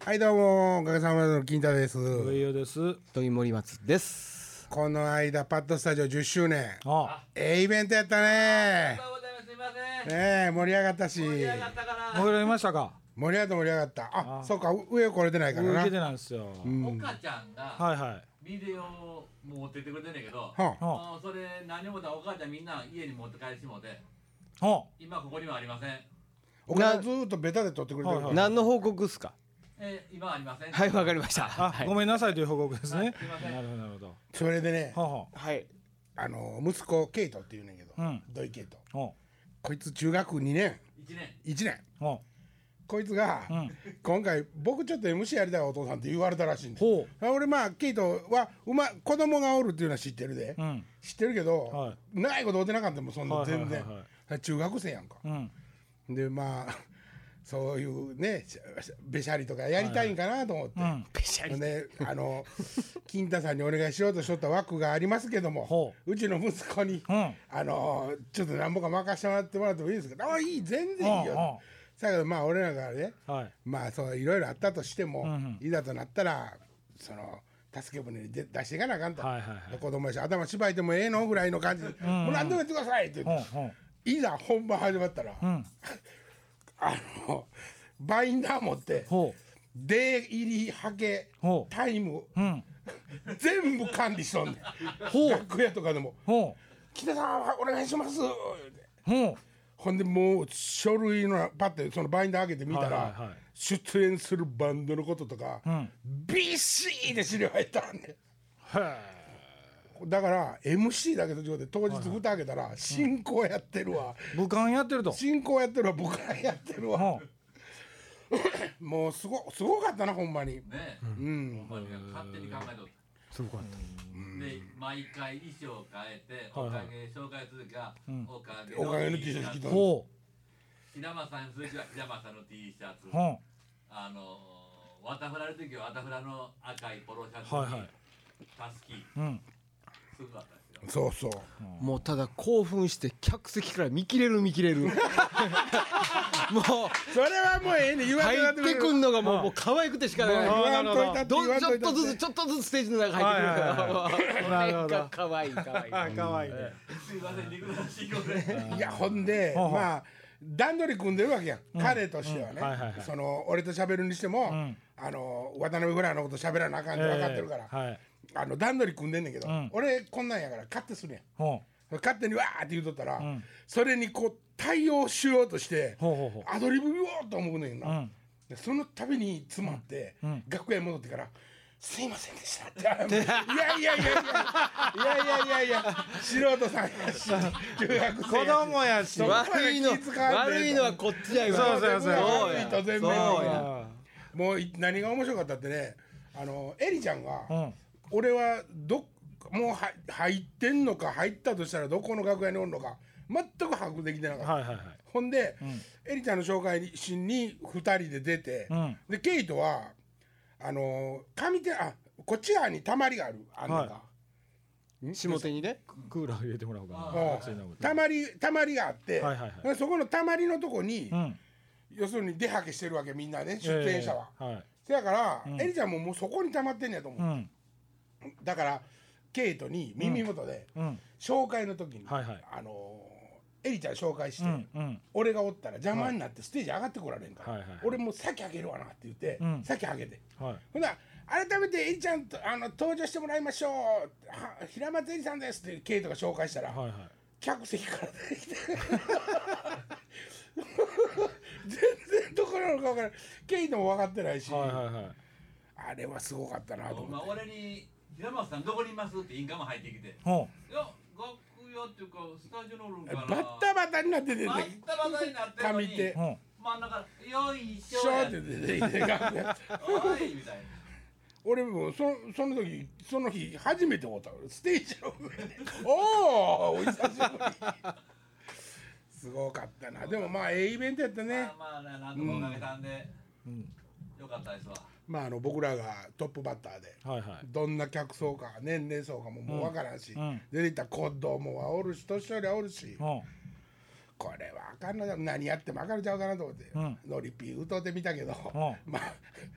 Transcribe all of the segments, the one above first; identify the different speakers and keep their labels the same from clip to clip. Speaker 1: はいどうもおかげさまの金太です
Speaker 2: 上与です。
Speaker 3: とい森松です。
Speaker 1: この間パッドスタジオ10周年
Speaker 2: あ、
Speaker 1: ええイベントやったね
Speaker 4: ありがとうございます。すみません。
Speaker 1: ねえ盛り上がったし盛
Speaker 4: 盛
Speaker 1: り
Speaker 4: り
Speaker 1: 上
Speaker 4: 上
Speaker 1: が
Speaker 4: が
Speaker 1: っ
Speaker 4: ったかな。
Speaker 2: 戻りましたか。
Speaker 1: た盛り上がったあ
Speaker 2: あ
Speaker 1: そうか上来れてないから
Speaker 2: 受
Speaker 1: な
Speaker 2: けてないんですよ。
Speaker 4: 岡ちゃんが
Speaker 2: はいはい。
Speaker 4: ビデオを持ってってくれてんねんけど、
Speaker 1: はあ
Speaker 2: ほ
Speaker 4: あのそれ何をもたお母ちゃんみんな家に持って帰ってしもうて、
Speaker 2: うほ
Speaker 4: 今ここにはありません。
Speaker 1: お金ずーっとベタで取ってくれてる
Speaker 2: はい
Speaker 1: な
Speaker 3: 何の報告ですか。
Speaker 4: えー、今はありません。
Speaker 3: はい、わかり
Speaker 4: ま
Speaker 3: ました。
Speaker 2: う。あ
Speaker 3: は、い
Speaker 2: ごめんなさいという報告ですね
Speaker 4: すいま。せん
Speaker 2: なるほどなるほど。ほ
Speaker 1: それでね
Speaker 2: うほ
Speaker 3: はい。
Speaker 1: あの息子ケイトっていうねんけど
Speaker 2: う。うん。
Speaker 1: 土井ケイト
Speaker 2: ほ
Speaker 1: こいつ中学2年
Speaker 4: す。一年。
Speaker 1: 1年
Speaker 2: うほ
Speaker 1: こいつが
Speaker 2: う。うん。
Speaker 1: 今回僕ちょっと MC やりたいお父さんって言われたらしいんです
Speaker 2: ほ
Speaker 1: 俺まあケイトはうま子供がおるっていうのは知ってるで
Speaker 2: う。うん。
Speaker 1: 知ってるけど、
Speaker 2: は
Speaker 1: ないこと会うてなかったもんそんな
Speaker 2: はいはいは
Speaker 1: 全
Speaker 2: い
Speaker 1: 然、
Speaker 2: はい
Speaker 1: 中学生やんか
Speaker 2: うん。
Speaker 1: でまあそういうねしべしゃりとかやりたいんかなと思って、
Speaker 2: うん。
Speaker 3: ペシャリ。
Speaker 1: であの金太さんにお願いしようとしとった枠がありますけども
Speaker 2: ほ
Speaker 1: うちの息子に、
Speaker 2: うん。
Speaker 1: あのちょっと何ぼか任せてもらってもらってもいいですかあいい全
Speaker 2: うん。
Speaker 1: 然いいよ」だけどまあ俺らがね
Speaker 2: うんはい。
Speaker 1: まあそういろいろあったとしても、
Speaker 2: うんうん
Speaker 1: いざとなったらその助け舟に出出していかなあかんと、
Speaker 2: はいはいはい
Speaker 1: で子供やし頭しばいてもええのぐらいの感じで「
Speaker 2: んうん
Speaker 1: もう何でもやってください」って
Speaker 2: ほ
Speaker 1: 言
Speaker 2: う
Speaker 1: って、
Speaker 2: ほう。
Speaker 1: いざ本番始まったら、
Speaker 2: うん。
Speaker 1: あのバインダー持って
Speaker 2: ほう。
Speaker 1: 出入りはけ
Speaker 2: ほ
Speaker 1: タイム
Speaker 2: う。うん。
Speaker 1: 全部管理しとんねん楽屋とかでも
Speaker 2: ほ
Speaker 1: 「北さんお願いします」言うて
Speaker 2: う。ほう。
Speaker 1: ほんでもう書類のパッてそのバインダー開けて見たら、
Speaker 2: はいはいはい
Speaker 1: 出演するバンドのこととか、
Speaker 2: うん。
Speaker 1: ビシーで資料入ったんね
Speaker 2: へえ。
Speaker 1: だから MC だけと違って当日蓋開けたら進行やってるわ、
Speaker 2: 武漢やってると。
Speaker 1: 進行やってるわ僕らやってるわ、
Speaker 2: ほ
Speaker 1: もうすごすごかったなほんまに
Speaker 4: ね。
Speaker 1: うん
Speaker 4: ほんまに勝手に考えとった。
Speaker 2: う。すごかった。
Speaker 4: で毎回衣装変えて、
Speaker 2: はいはい
Speaker 4: おかげ紹介するが、
Speaker 2: うん
Speaker 4: おかげ
Speaker 1: おかげの T シャツ着た
Speaker 2: ほ
Speaker 4: 平間さんするは平間さんの T シャツ
Speaker 2: う。。ほ
Speaker 4: あのー、ワタフラの時はワタフラの赤いポロシャツ
Speaker 2: う。
Speaker 4: に、
Speaker 2: はいはい。
Speaker 4: タスキ
Speaker 2: うん。
Speaker 4: すごかったです
Speaker 1: そ
Speaker 4: よ。
Speaker 1: うそう
Speaker 3: もうただ興奮して客席から見切れる見切れ る。も
Speaker 1: それはもうええねん言
Speaker 3: う
Speaker 1: わんと
Speaker 3: 入
Speaker 1: や
Speaker 3: って
Speaker 1: くれ
Speaker 3: て
Speaker 1: る
Speaker 3: くんのがもうもう可愛くてしか
Speaker 1: 言
Speaker 3: ない。
Speaker 1: わんといたって
Speaker 3: ど
Speaker 1: 言わ
Speaker 3: うんち
Speaker 1: とい
Speaker 3: ょっ
Speaker 1: た
Speaker 3: と
Speaker 1: っ
Speaker 3: ずつ
Speaker 1: て
Speaker 3: ちょっとずつステージの中入ってくるから。
Speaker 2: なる
Speaker 3: な
Speaker 2: ほ
Speaker 3: ん
Speaker 2: ど
Speaker 3: か可愛い可愛い。
Speaker 2: あ、可愛い。
Speaker 4: すいません、肉の仕事で。
Speaker 1: いやほんで
Speaker 2: ほうほう
Speaker 1: まあ段取り組んでるわけや、ん、彼としてはね、
Speaker 2: うんはいはいはい
Speaker 1: その俺と喋るにしても、
Speaker 2: ん
Speaker 1: あの渡辺ぐらいのこと喋らなあかんって分かってるから、
Speaker 2: ええはい。
Speaker 1: あの段取り組んでんねんけど、
Speaker 2: うん
Speaker 1: 俺こんなんやから勝手するやん
Speaker 2: ほ
Speaker 1: 勝手にわーって言うとったら、
Speaker 2: ん
Speaker 1: それにこう対応しようとして
Speaker 2: う。ほうほうほ
Speaker 1: アドリブ言おうと思うねん
Speaker 2: う。う
Speaker 1: な、
Speaker 2: ん。
Speaker 1: でその度に詰まって、
Speaker 2: ん
Speaker 1: 楽屋に戻ってから「すいませんでした」ってい やいやいやいやいやいやいやいや素人さんやし中学生
Speaker 2: 子
Speaker 1: やし
Speaker 2: 供やし。
Speaker 3: 悪いの
Speaker 1: そこまで気遣わんでええと
Speaker 3: 悪いのはこっちや今。
Speaker 2: そうそうそう
Speaker 1: 悪いと全部
Speaker 3: そうや
Speaker 2: う
Speaker 1: もうい何が面白かったってねあのエリちゃんが、
Speaker 2: ん。
Speaker 1: 俺はどもうは入ってんのか入ったとしたらどこの楽屋におるのか全く把握できてなかった、
Speaker 2: はいはいはい。
Speaker 1: ほんで、
Speaker 2: ん
Speaker 1: エリちゃんの紹介信に2人で出て、
Speaker 2: うん
Speaker 1: でケイトはあの上手あこっち側にたまりがあるあんのか、
Speaker 2: は
Speaker 1: ん
Speaker 3: 下手にね。
Speaker 2: クーラー入れてもらおうか
Speaker 4: あ
Speaker 2: な
Speaker 1: う
Speaker 2: 暑いな。
Speaker 1: んたまりたまりがあって、
Speaker 2: はいはいはい
Speaker 1: でそこのたまりのとこに、
Speaker 2: うん。
Speaker 1: 要するに出はけしてるわけみんなね出演者は。
Speaker 2: ええ。はい。
Speaker 1: せやから、
Speaker 2: うん
Speaker 1: エリちゃんももうそこに溜まってんねやと
Speaker 2: う
Speaker 1: 思う、
Speaker 2: ん。
Speaker 1: だからケイトに耳元で
Speaker 2: うん。
Speaker 1: 紹介の時に、
Speaker 2: はいはい
Speaker 1: あのーエリちゃん紹介して、
Speaker 2: うん。うん。
Speaker 1: 俺がおったら邪魔になってステージ上がってこられんから、
Speaker 2: はいはいはい
Speaker 1: 俺もう先あげるわなって言って、
Speaker 2: うん
Speaker 1: 先あげて
Speaker 2: はい。
Speaker 1: ほんなら改めてエリちゃんとあの登場してもらいましょうは平松エリさんですってケイトが紹介したら、
Speaker 2: はいはい。
Speaker 1: 客席から出てきて全然どこなのか分からないケイトも分かってないし、
Speaker 2: はいはいはい。
Speaker 1: あれはすごかったなと思って
Speaker 4: まあ、俺に、平松さんどこにいますって印鑑も入ってきて。い
Speaker 2: ほ
Speaker 4: や、楽屋っていうか、スタジオのルームから。
Speaker 1: バッタバタになってて
Speaker 4: バ
Speaker 1: ね
Speaker 4: ッタバタになってるの
Speaker 1: 紙
Speaker 4: に。
Speaker 1: 手
Speaker 2: う。ほう。
Speaker 4: 真ん中、よいし
Speaker 1: シ
Speaker 4: ょ
Speaker 1: ャー
Speaker 4: や
Speaker 1: って出てきて楽屋
Speaker 4: おいみたいな。
Speaker 1: 俺もそその時その日初めて会ったステージの上で「おおお久しぶり」すごかったなでもまあええイベントやったね
Speaker 4: まあまあ、なんとかおかげさんで。よかったですわ。
Speaker 1: まああの僕らがトップバッターで
Speaker 2: はいはい。
Speaker 1: どんな客層か年齢層かももう分からんし、
Speaker 2: うん
Speaker 1: 出てきた子供はおるし年寄りはおるし
Speaker 2: ほ
Speaker 1: これはあかんのじゃ何やってもあかんのちゃうかなと思って、
Speaker 2: うん
Speaker 1: ノリピー歌うてみたけど、
Speaker 2: ん
Speaker 1: まあ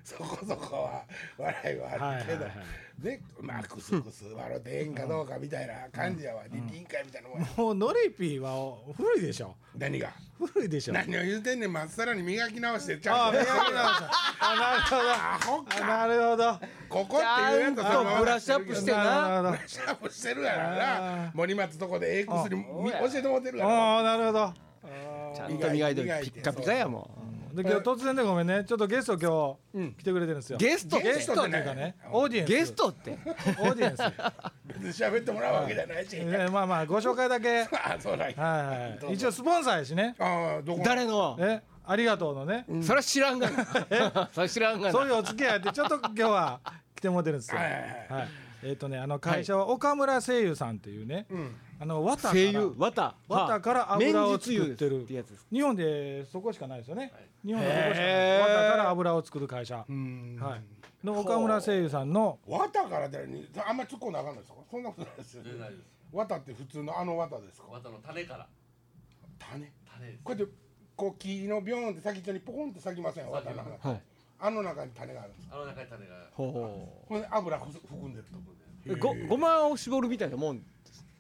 Speaker 1: そこそこは笑いはあるけど、
Speaker 2: はいはいは
Speaker 1: でまあクスクス笑ってええんかどうかみたいな感じやわ、リピー会みたいなもんや、
Speaker 2: もうノリピーはお古いでしょ
Speaker 1: 何が
Speaker 2: 古いでしょ
Speaker 1: 何を言うてんねんまっさらに磨き直してちゃ
Speaker 2: あ
Speaker 1: んと
Speaker 2: ー見えてきましたあなるほど
Speaker 1: アホ
Speaker 2: あ
Speaker 1: か
Speaker 2: なるほど
Speaker 1: ここって言うやつ
Speaker 3: ちゃんとブラッシュアップしてな
Speaker 2: なるほど
Speaker 1: シャープしてるからな森松とこでええ薬み
Speaker 3: あ
Speaker 1: 教えてもらってるから
Speaker 2: ああなるほど
Speaker 3: ちゃんと磨いてるピッカピカやも
Speaker 2: で今日突然でごめんねちょっとゲスト今日来てくれてるんですよ
Speaker 3: んゲストっ
Speaker 2: ゲ
Speaker 3: て
Speaker 2: ストっていうかねオーディエンス
Speaker 3: ゲストって
Speaker 2: オーディエンス
Speaker 1: 別に喋ってもらうわけじゃないし
Speaker 2: えまあまあご紹介だけ
Speaker 1: あそうなんや
Speaker 2: はいはい一応スポンサーやしね
Speaker 1: ああどこ
Speaker 3: 誰の
Speaker 2: えありがとうのね
Speaker 3: それは知らんがなそれは知らんが
Speaker 2: そうい
Speaker 3: な
Speaker 2: うお付き合いでちょっと今日は来てもらってるんですよ
Speaker 1: はいはいは
Speaker 2: はいえっとねあの会社は岡村声優さんっていうねあの綿から
Speaker 3: 声優綿
Speaker 2: 綿から油を作って
Speaker 3: 綿
Speaker 2: る
Speaker 3: 実油ってやつです
Speaker 2: 日本でそこしかないですよね日本でそこしかない
Speaker 3: へー
Speaker 2: 綿から油を作る会社は
Speaker 1: うん
Speaker 2: いの岡村声優さんの
Speaker 1: 綿からだよねあんま突っ込んだらあかんのですかそんなことないですよね
Speaker 4: 全然大丈夫です
Speaker 1: 綿って普通のあの綿ですか
Speaker 4: 綿の種から
Speaker 1: 種
Speaker 4: 種です
Speaker 1: こうやってこう木のビョーンって先っちょにポコンって咲きません綿の中
Speaker 3: はい
Speaker 1: あの中に種があるんです
Speaker 4: あの中に種が
Speaker 3: ほうほ
Speaker 1: これで油ふ含んでると
Speaker 3: うごごまを絞るみたいなもん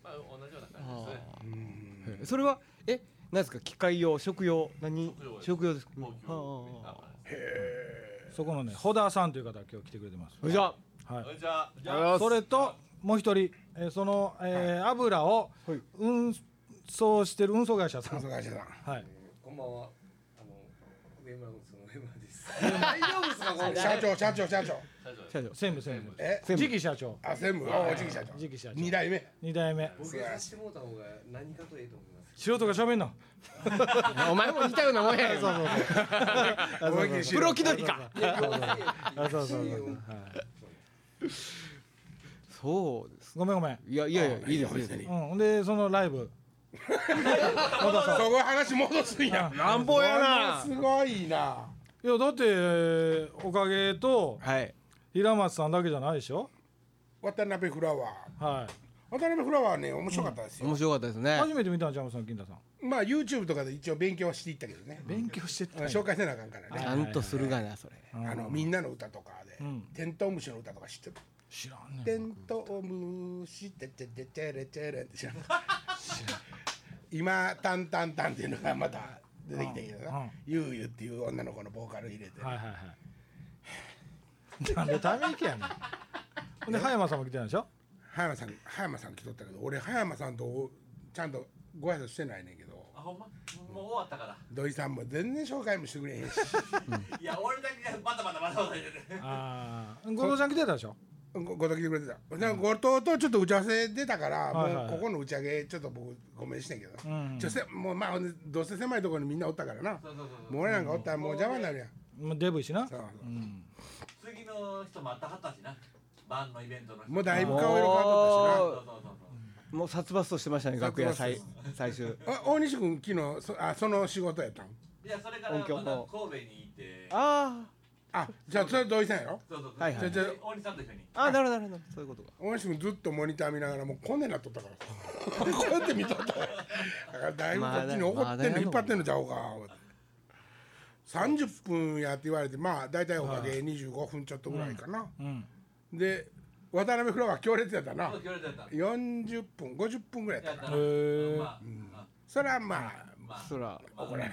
Speaker 4: まあ同じような感じですね
Speaker 1: うん
Speaker 3: それはえなんですか機械用食用何
Speaker 4: 食用です
Speaker 3: 食用ですか
Speaker 4: 高級
Speaker 3: ああああ
Speaker 4: あ
Speaker 2: そこのね穂田さんという方が今日来てくれてます
Speaker 3: それじゃあ
Speaker 2: は
Speaker 4: あ
Speaker 2: い
Speaker 4: こんにちはじ
Speaker 3: あ
Speaker 4: ゃ
Speaker 3: り
Speaker 4: あ
Speaker 3: がと
Speaker 2: そう
Speaker 3: ござ
Speaker 2: れともう一人、えーその、えー油を
Speaker 3: はい
Speaker 2: 運送してる運送会社さん、
Speaker 1: 会社さん
Speaker 2: はい、
Speaker 5: こんばんは。あの、上村のその上村です。大丈夫ですか、これ。
Speaker 1: 社長社長社長
Speaker 4: 大丈夫です
Speaker 3: 社長
Speaker 2: 専務専務
Speaker 1: え
Speaker 3: 専務
Speaker 2: 次期社長
Speaker 1: あ専務あおじい社長
Speaker 2: 次期社
Speaker 1: 二
Speaker 2: 長
Speaker 1: 代目
Speaker 2: 二代目
Speaker 5: 僕がさしてもうた方が何かとええと思います。
Speaker 2: 素人が喋んの
Speaker 3: お前も似たようなもんやそうそうプロ気取りか
Speaker 2: あそうそうそうそう、はい、
Speaker 3: そうです
Speaker 2: ごめんごめん
Speaker 3: いやいやいやいいですいい
Speaker 1: 別
Speaker 3: です
Speaker 1: に
Speaker 2: うんほんでそのライブまださ
Speaker 1: そこ話戻すんや
Speaker 3: なんぼやな
Speaker 1: すごいない
Speaker 2: やだって、えーおかげと
Speaker 3: はい
Speaker 2: 平松さんだけじゃないでしょ
Speaker 1: 渡辺フラワー
Speaker 2: は
Speaker 1: 渡辺フラワーね面白かったですよ
Speaker 3: 面白かったです
Speaker 2: い
Speaker 3: ね
Speaker 2: 初めて見たんちゃいます金田さん
Speaker 1: まあ YouTube とかで一応勉強はしていったけどね
Speaker 2: 勉強してったんや
Speaker 1: 紹介せなあかんから
Speaker 3: ち
Speaker 1: ね
Speaker 3: ゃんとするがなそれ
Speaker 1: あのみんなの歌とかで
Speaker 2: うん
Speaker 1: テントウムシの歌とか知ってる
Speaker 2: 知らんねん
Speaker 1: テントウムシテテテテレテレって知らん 今タンタンタンっていうのがまた出てきてんけど
Speaker 2: うん
Speaker 1: なゆうゆっていう女の子のボーカル入れて
Speaker 2: はいはいはい。なんでため息やねん。ほんで葉山さんも来てたんでしょ。
Speaker 1: 葉山さん葉山さん来とったけど俺葉山さんとおちゃんとご挨拶してないねんけど
Speaker 4: あほんまもう終わったから
Speaker 1: 土井さんも全然紹介もしてくれへんし
Speaker 4: いや俺だけがバタバタバタバタ言ってて
Speaker 2: ああ、後藤ちゃん来てたでしょ。
Speaker 1: ごごと来てくれてたでも後藤とちょっと打ち合わせ出たから、
Speaker 2: はいはいはい
Speaker 1: もうここの打ち上げちょっと僕ごめんしてんけど、
Speaker 2: ん
Speaker 1: ちょせもうまあどうせ狭いところにみんなおったからな
Speaker 4: そうそうそう
Speaker 1: もう俺なんかおったらもう邪魔になるやん、
Speaker 2: もうデブいしな
Speaker 1: そ。う
Speaker 2: うん。
Speaker 4: 次の人また二十歳な晩のイベントの人
Speaker 1: もうだいぶ
Speaker 4: そう
Speaker 1: 顔色変わっとっ
Speaker 4: そうそうそう
Speaker 3: もう殺伐としてましたね楽屋最最終
Speaker 1: たしなあ大西君昨日そあその仕事やったん
Speaker 4: いやそれからま
Speaker 3: 音響
Speaker 4: た
Speaker 3: も
Speaker 4: 神戸に行って
Speaker 3: あ
Speaker 1: あじゃあそれ土井さんやろ
Speaker 4: そうそうそう
Speaker 3: はいはい
Speaker 1: じゃあじゃ
Speaker 4: 大西さんと一緒に
Speaker 3: あああなるほどなるほどそういうことか
Speaker 1: 大西君ずっとモニター見ながらもうこんなんなっとったからこうやって見とったからだからだいぶこっちに怒
Speaker 3: まあ
Speaker 1: ってん
Speaker 3: だ
Speaker 1: の引
Speaker 3: いぶ
Speaker 1: っ張ってんのちゃうか思って30分やって言われてまあ大体おかげ25分ちょっとぐらいかな、
Speaker 2: うん。
Speaker 1: で渡辺フラワー強烈やったな
Speaker 4: そう言われてた
Speaker 1: 40分50分ぐらいや
Speaker 4: や
Speaker 1: っ
Speaker 4: ったた
Speaker 1: から
Speaker 2: へー
Speaker 4: まあま
Speaker 1: それはまあ
Speaker 4: あまあ
Speaker 3: そら
Speaker 4: 怒られ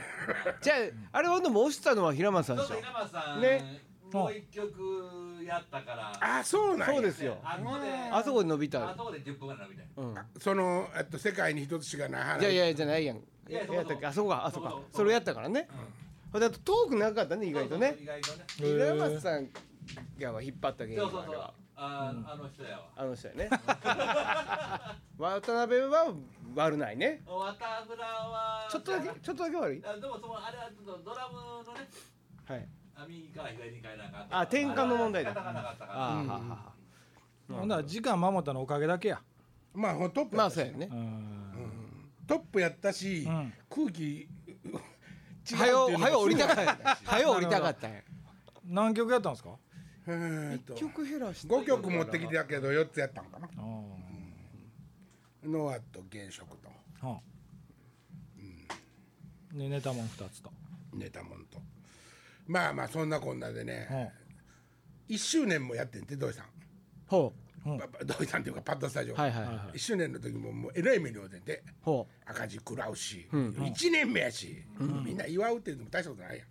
Speaker 3: じゃああれはでも押したのは平松さん
Speaker 4: ちょ
Speaker 3: で
Speaker 4: っ
Speaker 3: しょ
Speaker 4: と稲葉さん
Speaker 3: ね
Speaker 4: もう一曲やったから
Speaker 1: あそうなんや
Speaker 3: そうですよ
Speaker 4: あそこで
Speaker 3: あそこ
Speaker 4: で
Speaker 3: で伸び
Speaker 4: あ
Speaker 3: た
Speaker 4: そこで10分ぐらい伸びたよ
Speaker 3: うん
Speaker 1: その、えっと、世界に一つしかない花
Speaker 3: いやいやじゃないやん
Speaker 4: いや
Speaker 3: や
Speaker 4: そこ
Speaker 3: ったっけあそこかあそ
Speaker 4: そ
Speaker 3: こ
Speaker 4: こ
Speaker 3: か
Speaker 4: そこ
Speaker 3: それをやったからねほんであと遠くなかったね意外と
Speaker 4: そう
Speaker 3: ね
Speaker 4: そう意外とね
Speaker 2: へー
Speaker 3: 平松さんが引っ張った原因
Speaker 4: そうそう
Speaker 3: はあ
Speaker 4: そ
Speaker 3: れ
Speaker 4: う
Speaker 3: は
Speaker 4: ああの人やわ
Speaker 3: あの人やね 渡辺は悪ないね
Speaker 4: ワタフラは
Speaker 3: ちょっとだけちょっとだけ悪い
Speaker 4: あでもそのあれはちょっとドラムのね
Speaker 3: はい
Speaker 4: あ右から左に変えなあかん
Speaker 3: あ転換の問題だ
Speaker 4: あれは仕方がなかったから
Speaker 3: あ
Speaker 1: うん
Speaker 3: あはあはあ
Speaker 2: ほんなら時間守ったのおかげだけや。
Speaker 1: まあほんとトップ
Speaker 3: ま
Speaker 1: や
Speaker 3: あ
Speaker 1: ったし
Speaker 3: そうやね
Speaker 2: うん。
Speaker 1: トップやったし、
Speaker 2: うん
Speaker 1: 空気違
Speaker 3: はよはよ降りた かったたんやはよ降りたかったんや
Speaker 2: 何曲やったんですか。
Speaker 1: 5
Speaker 3: 曲減らして
Speaker 1: 曲持ってきてたけど4つやったんかな
Speaker 2: あ
Speaker 1: ノアと原色と
Speaker 2: あ。はあ。ねネタもん二つと、
Speaker 1: ネタもんとまあまあそんなこんなで
Speaker 2: う
Speaker 1: ね
Speaker 2: ん、
Speaker 1: 1周年もやってんて土井さん
Speaker 3: ほ
Speaker 2: うん
Speaker 1: パパ土井さんっていうかパッドスタジオ、
Speaker 3: うはいはい
Speaker 2: はい
Speaker 3: は
Speaker 2: はい
Speaker 1: 1周年の時ももうえらい目に遭うてんて
Speaker 3: ほ
Speaker 1: 赤字食らうし、
Speaker 3: うん
Speaker 1: 1年目やし、みんな祝うっていうのも大したことないやん、うん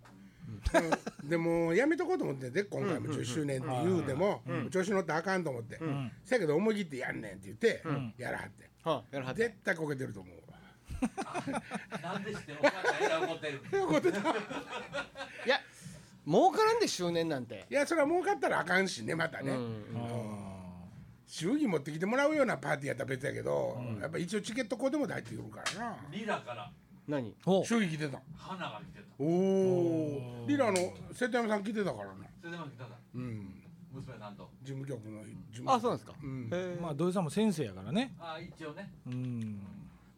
Speaker 1: でもやめとこうと思ってんで今回も10周年って言うても、調子乗ったらあかんと思って、せやけど思い切ってやんねんって言って、やらはって
Speaker 3: うほうやるはず
Speaker 1: 絶対こけてると思うわ
Speaker 4: なんでしてお母さんえらい怒ってる
Speaker 3: いや儲からんで周年なんて
Speaker 1: いやそれは儲かったらあかんしねまたね、
Speaker 3: うん
Speaker 1: 祝儀持ってきてもらうようなパーティーやったら別やけど、やっぱ一応チケットこうでも入ってくるからな
Speaker 4: リラから
Speaker 3: 何
Speaker 2: ほ
Speaker 1: 祝儀来てた
Speaker 4: 花が来てた
Speaker 1: おおリラの瀬戸山さん来てたからな
Speaker 4: それでも来てた
Speaker 1: うん
Speaker 4: 娘さんと
Speaker 1: 事務局の事務局
Speaker 3: あそうなんですか
Speaker 1: うん
Speaker 3: へ
Speaker 2: う
Speaker 3: ー
Speaker 2: まあ土井さんも先生やからね
Speaker 4: ああ一応ね
Speaker 2: うん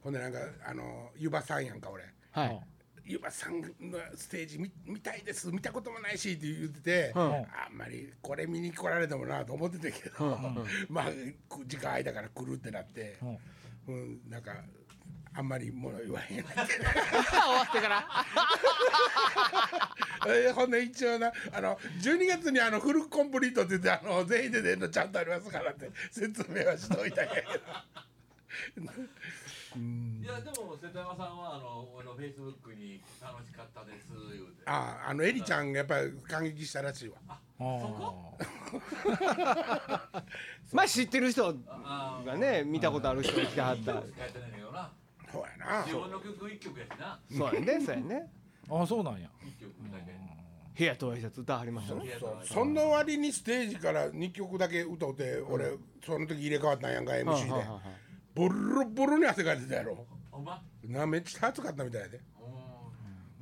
Speaker 1: ほんでなんかあの湯葉さんやんか俺
Speaker 3: はい
Speaker 1: 湯葉さんのステージ見見たいです見たこともないしって言ってて、
Speaker 3: うん
Speaker 1: あんまりこれ見に来られてもなと思ってたけど、 まあこ時間空いたから来るってなって、うんなんかあんまり物言わへん ようになって
Speaker 3: 終わってから
Speaker 1: えーほんで一応なあの12月にあのフルコンプリートって言ってあの全員で出るのちゃんとありますからって説明はしといたんやけ
Speaker 4: いやでも瀬戸山さんはあの俺のフェイスブックに楽しかったです言うて
Speaker 1: どあああのエリちゃんがやっぱり感激したらしいわ
Speaker 2: ああ
Speaker 3: まあ知ってる人
Speaker 4: ああ
Speaker 3: がね見たことある人が来てはった
Speaker 4: 使えてないんだけどな
Speaker 1: そうやな
Speaker 4: 自分の曲一曲やしな
Speaker 3: そうやねそうやね
Speaker 2: ああそうなんや
Speaker 4: 一曲だけ
Speaker 3: 部屋と挨拶歌ありましたね
Speaker 1: そうそんな割にステージから2曲だけ歌うて俺、その時入れ替わったんやんか MC で、
Speaker 3: はいはいはい
Speaker 1: ボロボロに汗かいてたやろ
Speaker 4: お前
Speaker 1: なめっちゃ暑かったみたいで、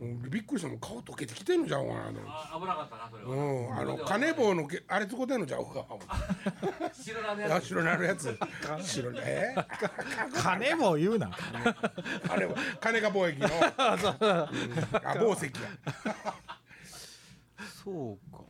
Speaker 4: うん
Speaker 1: うん、びっくりしたもん顔溶けてきてんのじゃんかなと思って
Speaker 4: あ危なかったなそれ
Speaker 1: う
Speaker 4: は
Speaker 1: んあの金棒のけあれ使うてんのじゃんか思って
Speaker 4: 白髪のや
Speaker 1: あ
Speaker 4: つ
Speaker 1: 白なるやつ白ねえ
Speaker 2: 金も言うな
Speaker 1: あれは金が貿易の、うんあ紡石や
Speaker 3: そうか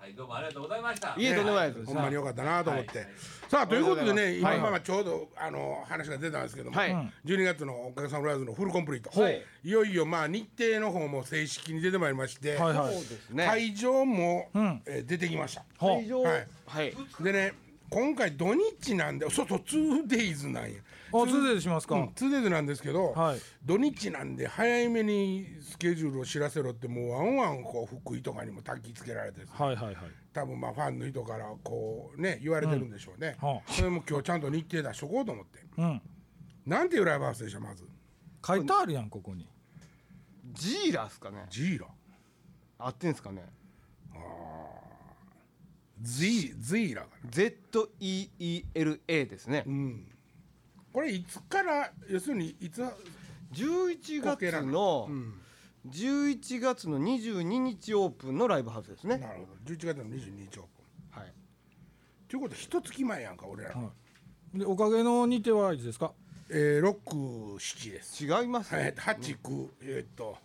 Speaker 4: はいどうもありがとうございました
Speaker 3: いえとんでもないです
Speaker 1: ほんまによかったなと思って、さあということでね今まあちょうどあの話が出たんですけども、
Speaker 3: はい
Speaker 1: 12月の「おかげさまでライズ」のフルコンプリート、
Speaker 3: はいい、
Speaker 1: よいよまあ日程の方も正式に出てまいりまして、
Speaker 2: はいはい
Speaker 3: そうですね
Speaker 1: 会場も、
Speaker 2: ん
Speaker 1: えー出てきました
Speaker 2: ほ
Speaker 3: 会
Speaker 2: う
Speaker 3: 場
Speaker 1: はい
Speaker 3: はい
Speaker 1: でね今回土日なんでそうそう 2days なんや
Speaker 2: あ通でしますか、
Speaker 1: うん、ツーデーズなんですけど、
Speaker 2: はい
Speaker 1: 土日なんで早めにスケジュールを知らせろってもうワンワンこう福井とかにも焚きつけられてる
Speaker 2: はいはいはい
Speaker 1: 多分まあファンの人からこうね言われてるんでしょうね、
Speaker 2: うんはあ
Speaker 1: それも今日ちゃんと日程出しとこうと思って
Speaker 2: うん
Speaker 1: なんていうライブハウスでしたまず
Speaker 2: 書いてあるやんここに
Speaker 3: ジーラっすかね
Speaker 1: ジーラ
Speaker 3: 合ってんすかね
Speaker 1: ジジーラかな
Speaker 3: ZEELA ですね
Speaker 1: うんこれいつから要するにいつ
Speaker 3: 11月の
Speaker 1: うん
Speaker 3: 11月の22日オープンのライブハウスですね
Speaker 1: なるほど11月の22日オープン
Speaker 3: はい
Speaker 1: ということで一月前やんか俺ら、
Speaker 2: はいでおかげの日程はいつですか
Speaker 1: えー、67です
Speaker 3: 違います
Speaker 1: え
Speaker 3: ね
Speaker 1: ー8、9えーっと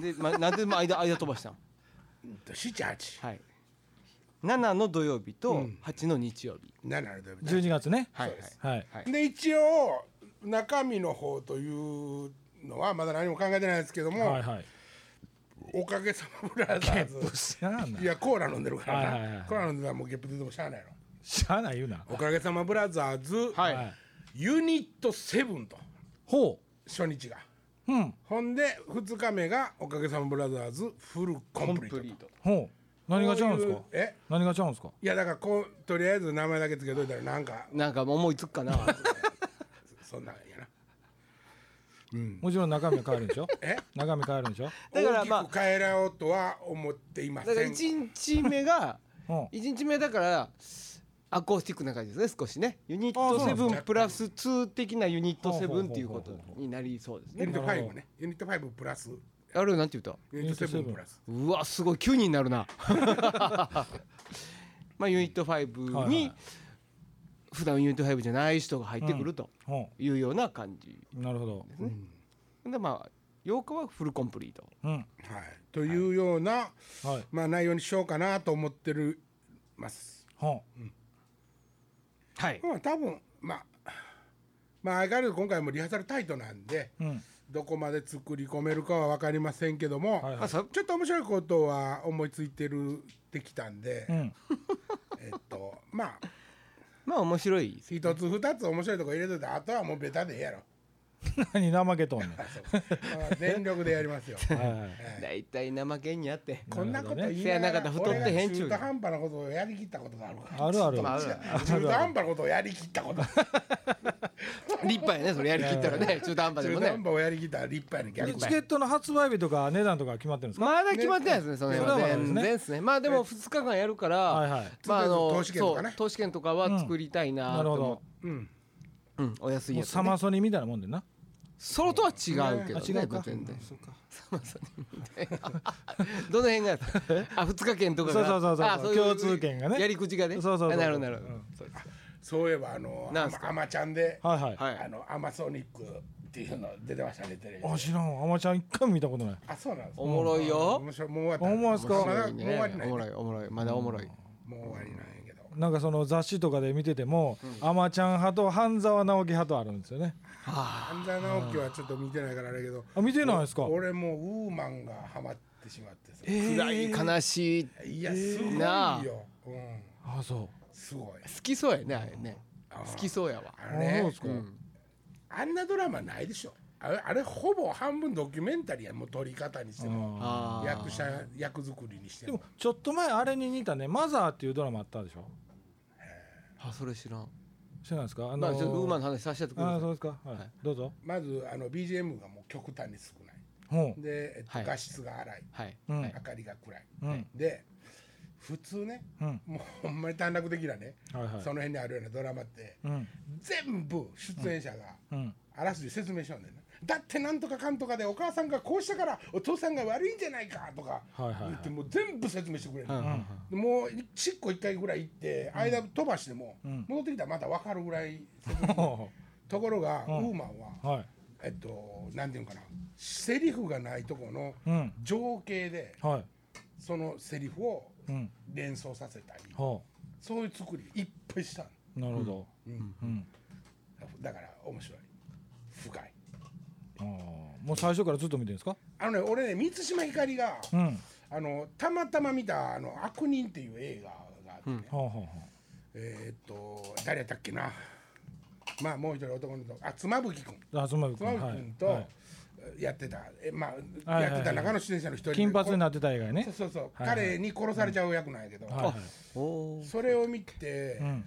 Speaker 3: でまなんでま間間飛ばしたの
Speaker 1: うんと78
Speaker 3: はい7の土曜日
Speaker 1: う
Speaker 3: と
Speaker 1: ん
Speaker 3: 8の日曜日
Speaker 1: 7の土曜日
Speaker 2: 12月ね
Speaker 3: はいはい
Speaker 2: はい
Speaker 3: はい
Speaker 1: で一応中身の方というのはまだ何も考えてないですけども、
Speaker 2: はいはい
Speaker 1: おかげさまブラザーズ
Speaker 2: しゃあない
Speaker 1: やコーラ飲んでるからな、
Speaker 2: はいはいはい
Speaker 1: コーラ飲んでたらもうゲップ出てもしゃあないの
Speaker 2: しゃあない言うな
Speaker 1: おかげさまブラザーズ、
Speaker 3: はい
Speaker 1: ユニットセブンと
Speaker 2: ほ
Speaker 1: 初日が
Speaker 2: ううん
Speaker 1: ほんで2日目がおかげさまブラザーズフルコ
Speaker 3: コ
Speaker 1: ン
Speaker 3: ン
Speaker 1: プリート
Speaker 3: プリート
Speaker 2: ほう何が違うんですか
Speaker 1: こいうえ
Speaker 2: 何が違うんですか
Speaker 1: いやだからこうとりあえず名前だけつけといたらなんか
Speaker 3: なんか思いつくかな
Speaker 1: そんなんやな
Speaker 2: もちろん中身は変えるんで しょ
Speaker 1: え
Speaker 2: 中身変えるんでしょ
Speaker 3: だからまあ
Speaker 1: 大きく変えらおうとは思っていませ
Speaker 3: だ
Speaker 1: ん
Speaker 3: から1日目が
Speaker 2: うん
Speaker 3: 1日目だからアコースティックな感じですね少しねユニッ
Speaker 2: あそ
Speaker 3: ト
Speaker 2: うなんです
Speaker 1: ね
Speaker 3: 7プラス2的なユニット
Speaker 2: ほうほうほうほう
Speaker 3: 7っていうことになりそうです
Speaker 1: ユ
Speaker 3: ね
Speaker 1: ニット5ねユニット5プラス
Speaker 3: あれなんて言った
Speaker 1: ユニットセブンプラス。
Speaker 3: うわすごい9人になるな まあユニット5
Speaker 2: はいは
Speaker 3: に
Speaker 2: い
Speaker 3: 普段ユニット5じゃない人が入ってくると
Speaker 2: ほ
Speaker 3: いうような感じ
Speaker 2: うなるほど
Speaker 3: でまあ8日はフルコンプリート
Speaker 2: うん
Speaker 1: はい。というような、
Speaker 2: はい
Speaker 1: まあ内容にしようかなと思ってるます。
Speaker 2: ほ
Speaker 3: はい
Speaker 1: まあ多分まあまあ相変わらず今回もリハーサルタイトなんで、
Speaker 2: ううん
Speaker 1: どこまで作り込めるかは分かりませんけども、
Speaker 2: はい
Speaker 3: まあ、そ
Speaker 1: ちょっと面白いことは思いついてるできたんで、
Speaker 2: うん
Speaker 1: えっとまあ
Speaker 3: まあ面白いですよ
Speaker 1: 一つ二つ面白いとこ入れといてあとはもうベタでええやろ
Speaker 2: 何怠けとんねん
Speaker 1: まあ全力でやり ますよ、
Speaker 2: はい
Speaker 1: ええ
Speaker 3: 大体怠けんにあって
Speaker 1: こんなこと言い
Speaker 3: せや
Speaker 1: な
Speaker 3: な
Speaker 1: が
Speaker 3: からった
Speaker 1: 俺
Speaker 3: 太って
Speaker 1: が
Speaker 3: へんちゅ
Speaker 1: 中
Speaker 3: う
Speaker 1: 途半端なことをやりきったことがあるから
Speaker 2: あるある
Speaker 3: まあある
Speaker 1: 中途半端なことをやりきったこと
Speaker 3: 立派やねそれやりきったらね中途半端
Speaker 1: 中
Speaker 3: でも
Speaker 1: 途半
Speaker 3: ね
Speaker 1: 端をやりきったら立派やね
Speaker 2: で
Speaker 1: 逆に
Speaker 2: チケットの発売日とか値段とか決まってるんですか
Speaker 3: まだ決まってないですねその辺
Speaker 2: ね
Speaker 3: は全然ですねまあでも2日間やるから、
Speaker 2: はいはい
Speaker 3: まああの
Speaker 1: 投資券とかね
Speaker 3: そう投資券とかは作りたいな
Speaker 2: なるほ
Speaker 3: と思
Speaker 1: う
Speaker 2: ど
Speaker 1: ん
Speaker 3: う、うんお安い
Speaker 2: も
Speaker 3: や
Speaker 2: う
Speaker 3: つ、
Speaker 2: サ
Speaker 3: ね
Speaker 2: マ、ソニみたいなもんでな
Speaker 3: ソロとは違うけど
Speaker 2: あ
Speaker 3: ね
Speaker 2: 違うか
Speaker 3: 全然
Speaker 2: そうか
Speaker 3: どの辺があ二日券とかが
Speaker 2: そうそうそうそう
Speaker 3: あい
Speaker 2: 共通券がね
Speaker 3: やり口がね
Speaker 2: そうそうそう
Speaker 3: あなるほどなるほど、
Speaker 2: うん
Speaker 3: そうです
Speaker 1: そういえばあの
Speaker 3: なんすか
Speaker 1: アマちゃんで、
Speaker 2: はいはい
Speaker 3: はい
Speaker 1: あのアマソニックっていうの出てましたねテレビで
Speaker 2: あ知らんアマちゃん一回も見たことない
Speaker 1: あそうなんです
Speaker 3: おもろいよ
Speaker 1: 面白いもう終わった
Speaker 2: ほんまですか
Speaker 1: まだ
Speaker 3: い
Speaker 1: もう
Speaker 3: ね
Speaker 1: 終わりないも
Speaker 3: おも
Speaker 1: う
Speaker 3: ろいおもろいまだおもろい、
Speaker 1: 終わりなんやけど
Speaker 2: なんかその雑誌とかで見てても、アマちゃん派と半沢直樹派とあるんですよね。
Speaker 1: 半沢直樹はちょっと見てないからあれやけど
Speaker 2: あ見てないですか。
Speaker 1: 俺もうウーマンがハマってしまってさ、
Speaker 3: 暗い悲しい好
Speaker 1: いやすごい
Speaker 3: なあ
Speaker 1: よ、うん、
Speaker 2: あそ
Speaker 1: すごい
Speaker 3: きそうやねあれね好きそうやわ
Speaker 1: あ
Speaker 2: う。
Speaker 1: れ
Speaker 2: あそ
Speaker 1: ね
Speaker 2: うですか。
Speaker 1: あんなドラマないでしょあれあれほぼ半分ドキュメンタリーやんもう撮り方にしても
Speaker 2: あ
Speaker 3: あー
Speaker 1: 役者役作りにし
Speaker 2: ー
Speaker 1: て
Speaker 2: で
Speaker 1: も
Speaker 2: もちょっと前あれに似たねマザーっていうドラマあったでしょ。
Speaker 3: あそれ知らん
Speaker 2: 知らないですか。あ
Speaker 3: ま
Speaker 2: の
Speaker 3: あちょっとウーマン
Speaker 2: ン。
Speaker 3: の話させてくだ
Speaker 2: あ
Speaker 3: さ
Speaker 2: ー
Speaker 3: い
Speaker 2: そうですか。はい
Speaker 3: はい
Speaker 2: どうぞ。
Speaker 1: まずあの BGM がもう極端に少ない
Speaker 2: ほう。
Speaker 1: で、えっと
Speaker 3: はい
Speaker 1: 画質が荒い
Speaker 3: はい、
Speaker 2: うん
Speaker 3: はい
Speaker 1: 明かりが暗い
Speaker 2: うん
Speaker 1: で普通ね
Speaker 2: うん
Speaker 1: もうほんまに短絡的なね、
Speaker 2: はいはい
Speaker 1: その辺にあるようなドラマって
Speaker 2: うん
Speaker 1: 全部出演者が、
Speaker 2: うん。
Speaker 1: あらすじ説明しようねんなだってなんとかかんとかでお母さんがこうしたからお父さんが悪いんじゃないかとか
Speaker 2: はいはいはい
Speaker 1: 言ってもう全部説明してくれる、
Speaker 3: うんうんうん
Speaker 1: もうちっこ一回ぐらい行って間飛ばしても
Speaker 2: うん
Speaker 1: 戻ってきたらまた分かるぐらい説明
Speaker 2: ほ
Speaker 1: ところがウ
Speaker 2: ん
Speaker 1: ーマンは
Speaker 2: うはい。
Speaker 1: えっとなんていうのかなセリフがないとこの
Speaker 2: うん
Speaker 1: 情景で
Speaker 2: はい。
Speaker 1: そのセリフを
Speaker 2: うん
Speaker 1: 連想させたり
Speaker 2: ほ
Speaker 1: そういう作りいっぱいしたの
Speaker 2: うなるほど。
Speaker 1: うん
Speaker 2: うん。
Speaker 1: だから面白い深い
Speaker 2: あーもう最初からずっと見てるんですか。
Speaker 1: あのね俺ね満島ひかりが
Speaker 2: うん。
Speaker 1: あのたまたま見たあの悪人っていう映画があってね、
Speaker 2: ほうほうほ
Speaker 1: えーっと誰やったっけなまあもう一人男の人あ妻夫木君
Speaker 2: う。あつまぶくん
Speaker 1: 妻
Speaker 2: はい
Speaker 1: 夫木君と、
Speaker 2: はい
Speaker 1: やってたえまあ、
Speaker 2: はいはい
Speaker 1: やってた中の出演者の一人で
Speaker 2: 金髪に
Speaker 1: こ
Speaker 2: なってた以外ね
Speaker 1: そう。そうそう、
Speaker 2: はいはい
Speaker 1: 彼に殺されちゃう役なんやけど、
Speaker 2: はいはい。
Speaker 3: おー
Speaker 1: それを見て
Speaker 2: う、ん。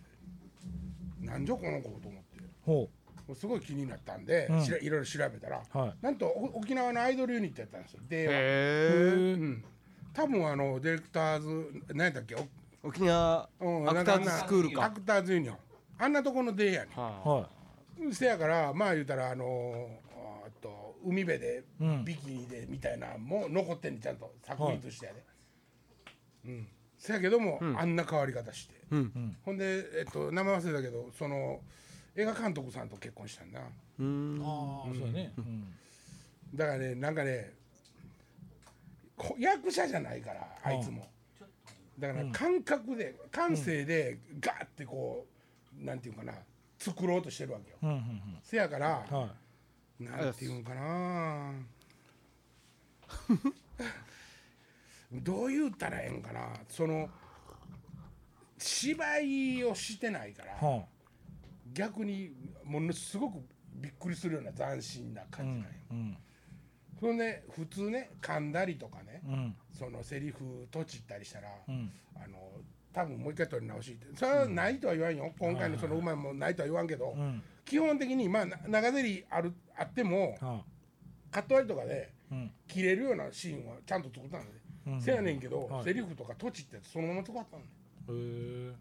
Speaker 1: なんじゃこの子と思って
Speaker 2: ほ
Speaker 1: もうすごい気になったんで、
Speaker 2: うん
Speaker 1: しらいろいろ調べたら、
Speaker 2: はい
Speaker 1: なんとお沖縄のアイドルユニットやったんですよで
Speaker 2: う。
Speaker 3: へえ
Speaker 2: へえ
Speaker 1: う。ん、多分あのディレクターズ何やったっけお
Speaker 3: 沖縄
Speaker 1: うん
Speaker 3: アクターズスクールか
Speaker 1: アクターズユニオンあんなとこのデーやね
Speaker 3: は
Speaker 2: は
Speaker 1: んせやからまあ言うたらあのーあーっと海辺で
Speaker 2: うん
Speaker 1: ビキニでみたいなんも残ってんねんちゃんと作品としてやで、うんせやけども、あんな変わり方して、
Speaker 3: うん
Speaker 1: ほんで、えっと、名前忘れたけどその映画監督さんと結婚したんだ
Speaker 3: いうん
Speaker 2: ああ、そうだね。うん。
Speaker 1: だからねなんかねこ役者じゃないからあいつもだから感覚で感性でガーってこうなんていうかな作ろうとしてるわけよ
Speaker 2: うん、うん、
Speaker 1: せやから
Speaker 2: うん。はい。
Speaker 1: なんていうんか などう言うたらええんかなその芝居をしてないから
Speaker 2: は
Speaker 1: 逆にものすごくびっくりするような斬新な
Speaker 2: あ。う
Speaker 1: 感じなん
Speaker 2: ん
Speaker 1: よ、。
Speaker 2: うん。
Speaker 1: それで普通ね噛んだりとかね、
Speaker 2: うん。
Speaker 1: そのセリフとちったりしたら、
Speaker 2: うん。
Speaker 1: あの多分もう一回取り直しってそれはないとは言わんよ、今回のそのうまいもんないとは言わんけど、
Speaker 2: うん。
Speaker 1: 基本的にまあな長ゼリーあるあっても
Speaker 2: はあ。
Speaker 1: カット割りとかで
Speaker 2: うん。
Speaker 1: 切れるようなシーンはちゃんと作ったんで、
Speaker 2: うん
Speaker 1: せやねんけど、
Speaker 2: はい
Speaker 1: セリフとかとちってそのまま使ったのね
Speaker 2: へえ。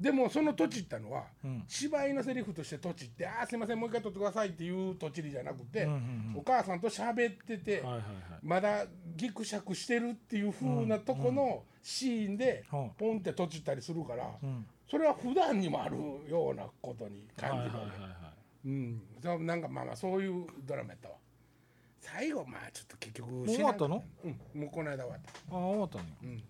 Speaker 1: でもそのとちったのは、
Speaker 2: うん。
Speaker 1: 芝居のセリフとしてとちって「ああすいませんもう一回取ってください」っていうとちりじゃなくて、
Speaker 2: うんうんうん
Speaker 1: お母さんと喋ってて、
Speaker 2: はい、はい、はい。
Speaker 1: まだギクシャクしてるっていう風なとこのシーンで
Speaker 2: うん
Speaker 1: ポンって閉じたりするから
Speaker 2: うん。
Speaker 1: それは普段にもあるようなことに
Speaker 2: はい、
Speaker 1: 感
Speaker 2: はい、
Speaker 1: じる
Speaker 2: は
Speaker 1: わ
Speaker 2: い
Speaker 1: け、うんそうなんかまあまあそういうドラマやったわ最後まあちょっと結局も
Speaker 2: う終わったの
Speaker 1: うんもうこの間終わった、。
Speaker 2: ああ、終わったね。
Speaker 1: うん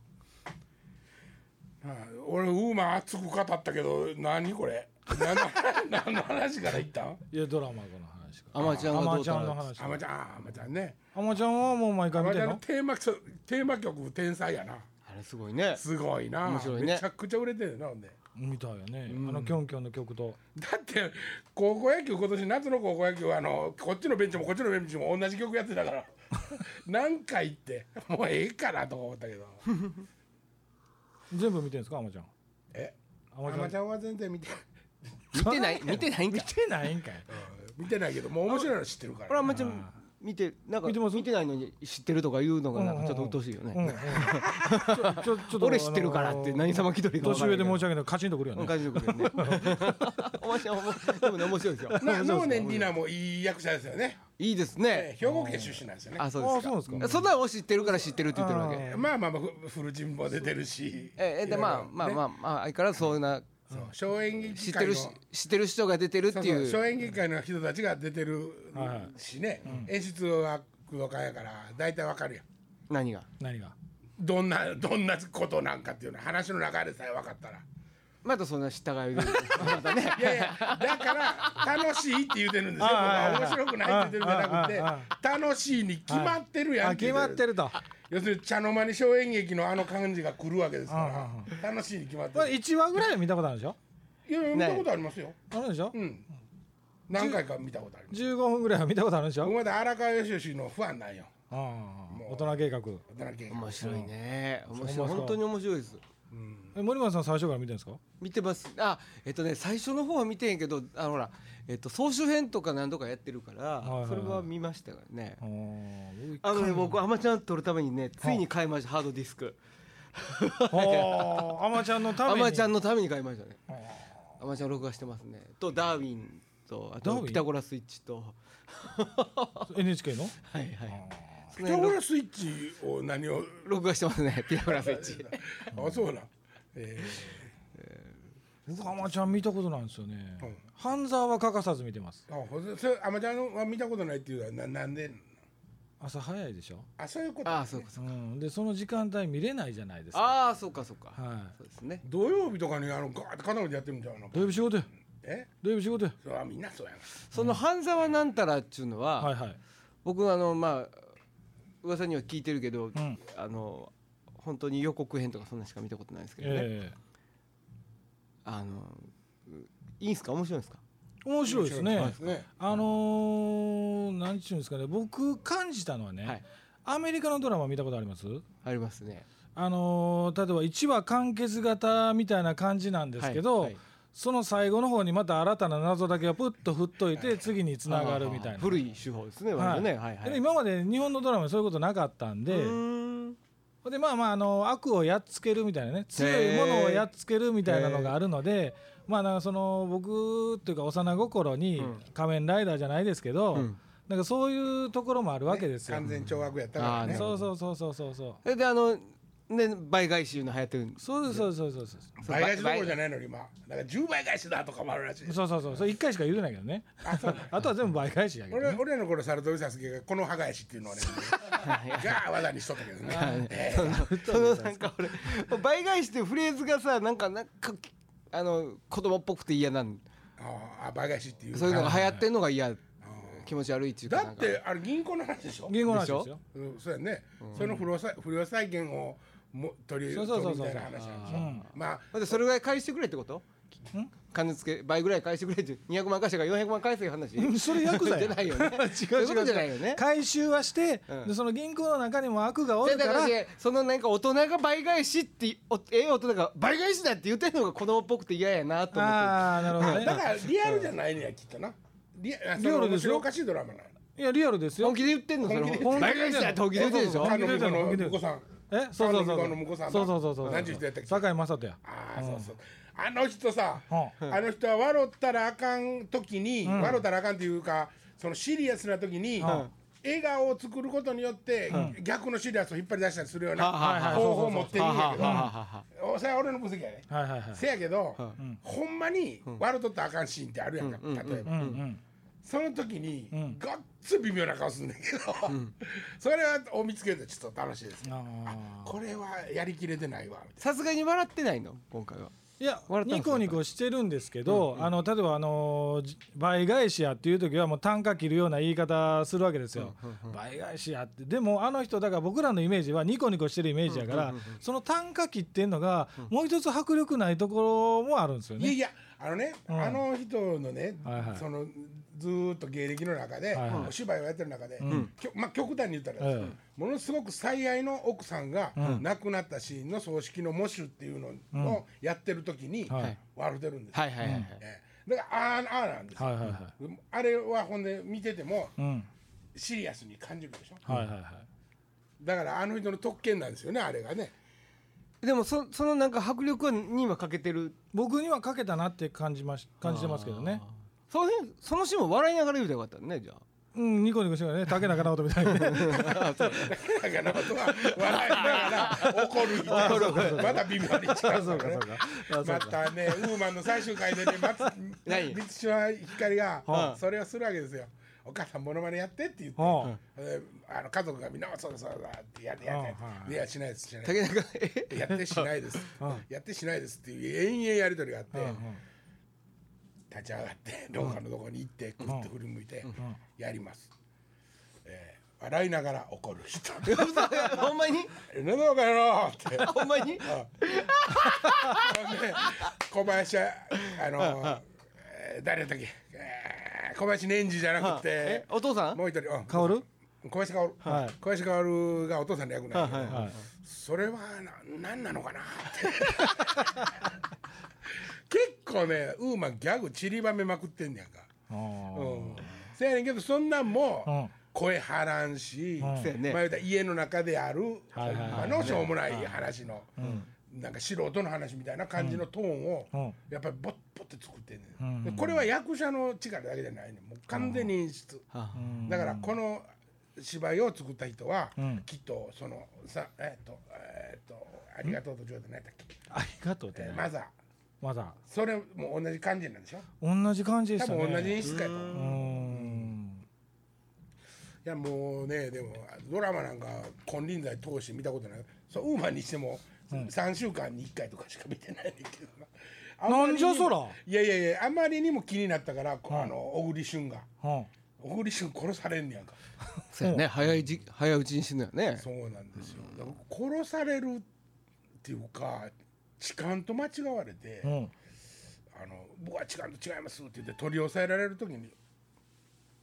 Speaker 1: ああ俺ウーマン熱く語ったけど何これ何の 何の話から言ったん
Speaker 2: いや、ドラマかな。はい。ですか
Speaker 3: アマちゃん
Speaker 2: ア
Speaker 3: が
Speaker 2: マ
Speaker 3: どう
Speaker 2: ちゃんの
Speaker 3: た
Speaker 2: 話
Speaker 1: あまちゃんあまちゃんね
Speaker 2: アマちゃんはもう毎
Speaker 1: あ
Speaker 2: 回見
Speaker 1: ま
Speaker 2: て
Speaker 1: ちゃ
Speaker 2: ん
Speaker 1: んの
Speaker 2: の
Speaker 1: テーマ曲テーマ曲天才やな
Speaker 3: あれすごいね
Speaker 1: すごいな
Speaker 3: 面白いね
Speaker 1: めちゃくちゃ売れてるなほんで
Speaker 2: みたいよね、あのキョンキョンの曲と
Speaker 1: だって高校野球今年夏の高校野球はあのこっちのベンチもこっちのベンチも同じ曲やってたから 何回言ってもうええかなとか思ったけど
Speaker 2: 全部見てんですかアマちゃん
Speaker 1: え
Speaker 2: ア
Speaker 1: あ
Speaker 2: マちゃん
Speaker 1: まちゃんは全然見て
Speaker 3: 見てない見てないん
Speaker 2: 見
Speaker 3: か
Speaker 2: てないんかい
Speaker 1: 見てないけどもう面白いの知ってるか
Speaker 3: これ
Speaker 1: ら
Speaker 3: アマちゃん見てなんか
Speaker 2: 見てます
Speaker 3: 見てないのに知ってるとか言うのがなんかちょっと鬱陶しいよ
Speaker 2: うん
Speaker 3: ね
Speaker 2: うんちょちょちょっと
Speaker 3: 俺知ってるからって何様気取りか分
Speaker 2: 年
Speaker 3: から
Speaker 2: 上
Speaker 3: んけ
Speaker 2: で
Speaker 3: ど
Speaker 2: 申し訳ないカチンとくるよね
Speaker 3: 感じてくれるね面白い面白いでもね面白いですよ
Speaker 1: な能年リナもいい役者ですよね
Speaker 3: いいです
Speaker 1: ええ
Speaker 3: ね
Speaker 1: 兵庫県出身なんですよね
Speaker 3: あそうです
Speaker 2: あ
Speaker 3: か
Speaker 2: そうですか
Speaker 3: そんなのを知ってるから知ってるって言ってるわけ
Speaker 2: あ
Speaker 1: まあまあまあふ古人も出てるし
Speaker 3: ええでまあまあまあまあ相変わらずそういうな
Speaker 1: あ小演劇
Speaker 3: 知って
Speaker 1: 界
Speaker 3: る
Speaker 1: の
Speaker 3: し知ってる人が出てるっ
Speaker 1: そ
Speaker 3: て
Speaker 1: う
Speaker 3: い
Speaker 1: そう
Speaker 3: う
Speaker 1: 小演劇界の人たちが出てる
Speaker 2: は
Speaker 1: しね、演出は空間やから大体わかるやん
Speaker 3: 何が
Speaker 2: 何が
Speaker 1: どんなどんなことなんかっていうのは話の流れさえ分かったら
Speaker 3: またそんな知ったがいでまたね
Speaker 1: いやいやだから楽しいって言うてるんですよ僕
Speaker 2: あ
Speaker 1: は
Speaker 2: あ
Speaker 1: 面白くないって言ってるんじ
Speaker 2: あああ
Speaker 1: ゃなくて楽しいに決まってるやんっ
Speaker 2: あ
Speaker 1: て
Speaker 2: 決
Speaker 1: 言
Speaker 2: ま
Speaker 1: う
Speaker 2: って
Speaker 1: る
Speaker 2: ると
Speaker 1: 要するに茶の間に小演劇のあの感じが来るわけです
Speaker 2: あ
Speaker 1: から楽しいに決まって
Speaker 2: まあ
Speaker 1: る
Speaker 2: 1話ぐらいは見たことあるでしょ
Speaker 1: いやいや見たことありますよ
Speaker 2: あるでしょ
Speaker 1: うん何回か見たことあります
Speaker 2: 15分ぐらいは見たことあるでしょ
Speaker 1: 僕まだ荒川よしのファンなんよ
Speaker 2: ああ大人計画
Speaker 1: だらけ
Speaker 3: 面白いね面
Speaker 2: そう思いま
Speaker 3: 白い
Speaker 2: すか
Speaker 3: 本当に面白いです
Speaker 2: え森松さん最初から見てるんですか
Speaker 3: 見てますあえっとね最初の方は見てんけどあのほらえっと総集編とか何とかやってるから
Speaker 2: はいはい
Speaker 3: それは見ましたからね
Speaker 2: あー
Speaker 3: あのね僕アマちゃん撮るためにねついに買いましたハードディスク
Speaker 2: あーアマちゃんのため
Speaker 3: ア
Speaker 2: に
Speaker 3: マちゃんのために買いましたねアマちゃん録画してますねとダーウィンとあ
Speaker 2: ダー
Speaker 3: と
Speaker 2: ウィン
Speaker 3: ピタゴラスイッチと
Speaker 2: NHK の
Speaker 3: はいはいそ
Speaker 1: ピ
Speaker 3: の
Speaker 1: タゴ
Speaker 3: 辺録
Speaker 1: ラスイッチを何を
Speaker 3: 録画してますね ピタゴラスイッチ
Speaker 1: あそうなんえ
Speaker 2: 僕アマちゃん見たことないんですよね
Speaker 1: うん
Speaker 2: 半沢は欠かさず見てます
Speaker 1: ーあほんとそれあまちゃんは見たことないっていうのはななんで
Speaker 2: 朝早いでしょ
Speaker 1: あそういうこと
Speaker 3: ああそうかそうか
Speaker 2: うんでその時間帯見れないじゃないですか
Speaker 3: ああそうかそうか
Speaker 2: は
Speaker 3: そうですね
Speaker 1: 土曜日とかにあのガーッて肩持ちやってるんちゃうの
Speaker 2: い土曜日仕事や
Speaker 1: え
Speaker 2: 土曜日仕事や
Speaker 1: それはみんなそうやな
Speaker 3: その半沢なんたらっていうのは、
Speaker 2: はいはい
Speaker 3: 僕あのまあ噂には聞いてるけど、
Speaker 2: ん
Speaker 3: あの本当に予告編とかそんなんしか見たことないですけどね、
Speaker 2: え
Speaker 3: あのういいんすか面白いんすか
Speaker 2: え面白いです
Speaker 1: 面
Speaker 2: ね
Speaker 1: 白いですね
Speaker 2: あのーなんちゅうんですかね僕感じたのはね、
Speaker 3: はい
Speaker 2: アメリカのドラマ見たことあります
Speaker 3: ありますね
Speaker 2: あのー例えば1話完結型みたいな感じなんですけど、
Speaker 3: はいはい
Speaker 2: その最後の方にまた新たな謎だけをプッと振っといて次につながるみたいな。
Speaker 3: 古い手法ですね割とねはいは
Speaker 2: で
Speaker 3: い
Speaker 2: 今まで日本のドラマにそういうことなかったんで
Speaker 3: うーん
Speaker 2: でまあまああの悪をやっつけるみたいなね強いものをやっつけるみたいなのがあるのでまあなんかその僕というか幼心に「仮面ライダー」じゃないですけど、
Speaker 3: うん
Speaker 2: なんかそういうところもあるわけですよ。
Speaker 1: 完全懲悪やったから
Speaker 3: あ
Speaker 1: ね
Speaker 3: ー
Speaker 2: そうそうそうそうそうそう
Speaker 3: それであのね倍返しいうの流行ってるんです
Speaker 2: そうですそうですそうですそうです
Speaker 1: 倍返しどころじゃないのに今だから10倍返しだとかもあるらしい
Speaker 2: そうそうそう、それ一回しか言うてないけどね。あとは全部倍返しやけど、
Speaker 1: 俺
Speaker 2: ね。
Speaker 1: 俺らの頃サルトリサスケがこの歯返しっていう のをねがー技にしとったけどねえ
Speaker 3: そのそ のなんか俺倍返しっていうフレーズがさなんかなんかあの子供っぽくて嫌なん
Speaker 1: ーあーあ倍返しっていう
Speaker 3: そういうのが流行ってんのが嫌気持ち悪いっていうか
Speaker 1: だ
Speaker 3: な
Speaker 1: っ
Speaker 3: んか
Speaker 1: てあれ銀行の話でしょ
Speaker 2: 言語なんです
Speaker 3: でし
Speaker 2: よ。
Speaker 1: うん、そうやね、その不良さ不良債権をも取り
Speaker 2: そ
Speaker 1: 取
Speaker 2: うそう
Speaker 1: る
Speaker 2: そう
Speaker 1: み
Speaker 2: そう
Speaker 1: たいな話なんでしょ、
Speaker 2: うん
Speaker 1: まあ
Speaker 3: だってそれぐらい返してくれってこと金付け倍ぐらい返してくれって200万返したから400万返せいう話
Speaker 2: うんそれヤクザや
Speaker 3: じゃないよね
Speaker 2: 違
Speaker 3: そういうことじゃないよね
Speaker 2: 回収はして、
Speaker 3: うん
Speaker 2: でその銀行の中にも悪がお
Speaker 3: そ
Speaker 2: る
Speaker 3: だ
Speaker 2: か
Speaker 3: から
Speaker 2: ら。
Speaker 3: そのなんか大人が倍返しっておええ大人が倍返しだって言ってるのが子供っぽくて嫌やなと思って
Speaker 2: ああ、なるほどね。
Speaker 1: だからリアルじゃないねやきっとなリアあそ
Speaker 2: リア
Speaker 1: の
Speaker 2: ル
Speaker 1: 面
Speaker 2: ですよ
Speaker 1: 白おかしいドラマなの
Speaker 2: いや、リアルですよ
Speaker 3: 本。気で言ってんのそれ
Speaker 1: 本気で
Speaker 2: 言ってんの
Speaker 3: 倍返しだって本気で言ってるでしょ
Speaker 1: 菅野美穂
Speaker 2: 本気
Speaker 1: の
Speaker 2: で
Speaker 1: 婿さん
Speaker 2: え、そうそうそ
Speaker 1: 菅野
Speaker 2: うそ
Speaker 1: 美穂の婿さんだ
Speaker 2: う。そうそうそうそう。
Speaker 1: 何て人やったっけ
Speaker 2: 堺雅人や。
Speaker 1: ああ、そうそうあの人さ、
Speaker 2: う
Speaker 1: あの人は笑ったらあかん時に、笑ったらあかんっていうかそのシリアスな時に、笑顔を作ることによって、逆のシリアスを引っ張り出したりするような
Speaker 3: はいはい
Speaker 1: 方法を持ってるんや
Speaker 3: はあはあは
Speaker 1: けどおそれは俺の分析やね、
Speaker 2: はいはいはい。
Speaker 1: せやけど、ほんまに笑っとったらあかんシーンってあるやんか、例えば、
Speaker 2: うんうん。
Speaker 1: その時に、ごっつ微妙な顔すんねんけど、それはを見つけるとちょっと楽しいですね
Speaker 2: あ
Speaker 1: これはやりきれてないわみたいな
Speaker 3: さすがに笑ってないの今回は
Speaker 2: いや
Speaker 3: 笑ったん
Speaker 2: ニ
Speaker 3: ですか
Speaker 2: コニコしてるんですけど、あの例えばあのじ倍返しやっていう時はもう単価切るような言い方するわけですよ、倍返しやってでもあの人だから僕らのイメージはニコニコしてるイメージやから、その単価切ってんのが、もう一つ迫力ないところもあるんですよ
Speaker 1: いや
Speaker 2: ね
Speaker 1: いやあのね、
Speaker 2: うん
Speaker 1: あの人のね、
Speaker 2: はいはい
Speaker 1: そのずーっと芸歴の中で、
Speaker 2: はいはい
Speaker 1: お芝居をやってる中で、
Speaker 2: ん
Speaker 1: きょまあ、極端に言ったら、
Speaker 2: うん
Speaker 1: ものすごく最愛の奥さんが
Speaker 2: うん
Speaker 1: 亡くなったシーンの葬式の喪主っていうのをやってる時に
Speaker 2: はい
Speaker 1: 笑ってるんです、
Speaker 3: はいはいはいはい
Speaker 1: ええだからあーあーなんですよ、
Speaker 2: はいはいはい
Speaker 1: あれはほんで見てても
Speaker 2: うん
Speaker 1: シリアスに感じるでしょ
Speaker 2: はいはいはい
Speaker 1: だからあの人の特権なんですよねあれが ね
Speaker 3: でもそそのなんか迫力には欠けてる
Speaker 2: 僕にはかけたなって感じまし感じてますけどね
Speaker 3: その辺そのシーンも笑いながら言うたらよかったねじゃあ
Speaker 2: うんニコニコしてるからね竹中直人みたい にね
Speaker 1: だから本当は笑いながら怒るみたいなまた微妙に違うからね
Speaker 2: そうかそうかあそう
Speaker 1: ま
Speaker 2: か
Speaker 1: たね、ウーマンの最終回でね、松
Speaker 3: 何
Speaker 1: 満島ひかりが
Speaker 3: は、い
Speaker 1: それをするわけですよ。お母さんモノマネやってって言って、
Speaker 2: は
Speaker 1: であの家族がみんなそうだそうだってやってやって
Speaker 2: はいはい
Speaker 1: いやしないですしないで
Speaker 3: 竹中え
Speaker 1: すやってしない です
Speaker 2: うん
Speaker 1: やってしないですっていう延々やり取りがあって
Speaker 2: うんうん
Speaker 1: 立ち上がって廊下のとこに行ってくって振り向いて
Speaker 2: ん
Speaker 1: やります、えー笑いながら怒る人「
Speaker 3: 嘘ほんまに
Speaker 1: なんだおかやろ!」って
Speaker 3: ほんま
Speaker 1: で
Speaker 3: に
Speaker 1: 小林はあのえー誰だっけえー小林年次じゃなく
Speaker 3: え
Speaker 1: て
Speaker 3: お父さん
Speaker 1: もう一人うん
Speaker 2: 薫
Speaker 1: 小林薫
Speaker 2: はい
Speaker 1: 小林薫がお父さんの役なん
Speaker 3: はい
Speaker 1: だけ
Speaker 2: は
Speaker 1: ど
Speaker 2: い
Speaker 1: それはな何なのかなって 結構ねウーマンギャグ散りばめまくってんねやんかう
Speaker 2: あー
Speaker 1: んせやねんけどそんなん
Speaker 2: う
Speaker 1: も
Speaker 2: ん
Speaker 1: 声張らんし
Speaker 2: うん
Speaker 3: そうやね
Speaker 1: まあ言うたら家の中である、
Speaker 2: はいはいはい
Speaker 1: ほんまのしょうもない話の、なんか素人の話みたいな感じのトーンを、
Speaker 2: うん
Speaker 1: やっぱりボッボッて作ってんねん、
Speaker 2: うん
Speaker 1: でこれは役者の力だけじゃないねんもう完全に演出、
Speaker 3: はあ
Speaker 1: だからこの芝居を作った人は、
Speaker 2: うん
Speaker 1: きっとそのさえっ、とえっ、とありがとうと上手何やったっけ、
Speaker 2: ありがとうって
Speaker 1: えー
Speaker 2: ね
Speaker 1: マザー
Speaker 2: まだ
Speaker 1: それも同じ感じなんでしょ
Speaker 2: 同じ感じで
Speaker 1: 多
Speaker 2: したね
Speaker 1: 分同じ演出家やと思う
Speaker 2: うーん
Speaker 1: いやもうねでもドラマなんか金輪際通して見たことないそうウーマンにしても3週間に1回とかしか見てないねんけどなあまりにも
Speaker 2: なんじゃそら
Speaker 1: いやいやいやあまりにも気になったから、こあの小栗旬が
Speaker 2: うん
Speaker 1: 小栗旬殺されんねやんか
Speaker 3: そうやね早いじ早いうちに死ぬよね
Speaker 1: そうなんですよだから殺されるっていうか痴漢と間違われて、
Speaker 2: うん
Speaker 1: あの僕は痴漢と違いますって言って取り押さえられる時に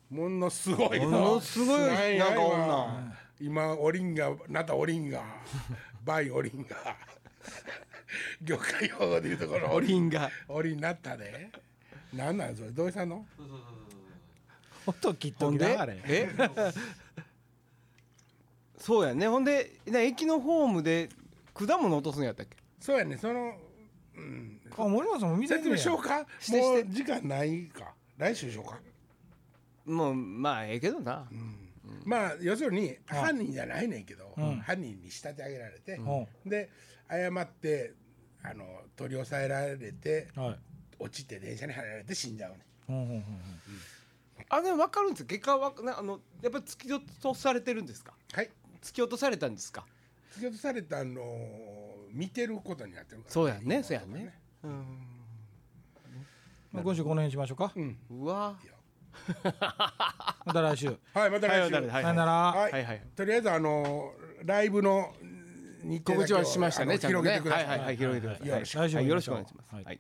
Speaker 1: ものすごいの
Speaker 3: ものすごい
Speaker 1: ないない
Speaker 3: なんか女
Speaker 1: わ今おりんがなたおりんが バイおりんが 魚介用語でいうところお
Speaker 3: お
Speaker 1: り
Speaker 3: り
Speaker 1: ん
Speaker 3: んが
Speaker 1: おりんなったでなんなんそれどうしたの
Speaker 4: そうそうそうそう
Speaker 2: 音切っ
Speaker 3: ほ
Speaker 2: と
Speaker 3: ん
Speaker 2: き
Speaker 3: で
Speaker 2: なあれ
Speaker 3: え そうやねほんでな駅のホームで果物落とすんやったっけ
Speaker 1: そうやねその、うん、
Speaker 2: あ森本さんも見てん
Speaker 1: 説明
Speaker 2: ね
Speaker 1: しよ
Speaker 2: や
Speaker 1: うか
Speaker 3: して
Speaker 1: も
Speaker 3: し
Speaker 1: う
Speaker 3: て
Speaker 1: 時間ないか来週しようか、
Speaker 3: もうまあええけどな
Speaker 1: まあ要するに犯人じゃないねんけど、
Speaker 2: うん
Speaker 1: 犯人に仕立て上げられて、
Speaker 2: うん
Speaker 1: で誤ってあの取り押さえられて
Speaker 2: はい
Speaker 1: 落ちて電車にはねられて死んじゃうね
Speaker 2: うんうんうんうん
Speaker 3: あれ分かるんですか結果はなあのやっぱ突き落とされてるんですか
Speaker 1: はい
Speaker 3: 突き落とされたんですか
Speaker 1: 突き落とされたのを見てることになってるから
Speaker 3: そうやねそうやね
Speaker 2: まあ今週この辺にしましょうか
Speaker 1: うん
Speaker 3: うわ
Speaker 2: また来週
Speaker 1: はいまた来週
Speaker 3: はいまた
Speaker 2: さ
Speaker 3: い
Speaker 2: よなら
Speaker 1: はい
Speaker 3: はいはい
Speaker 1: とりあえずあのライブの日程だけを
Speaker 3: 告知はしました
Speaker 1: あ
Speaker 3: ね
Speaker 1: の
Speaker 3: ちゃんと
Speaker 1: 広
Speaker 3: ね
Speaker 1: げてください、
Speaker 3: はいはいはい広げてください
Speaker 1: よろ
Speaker 3: はいよろしくお願いします
Speaker 2: はい
Speaker 3: はい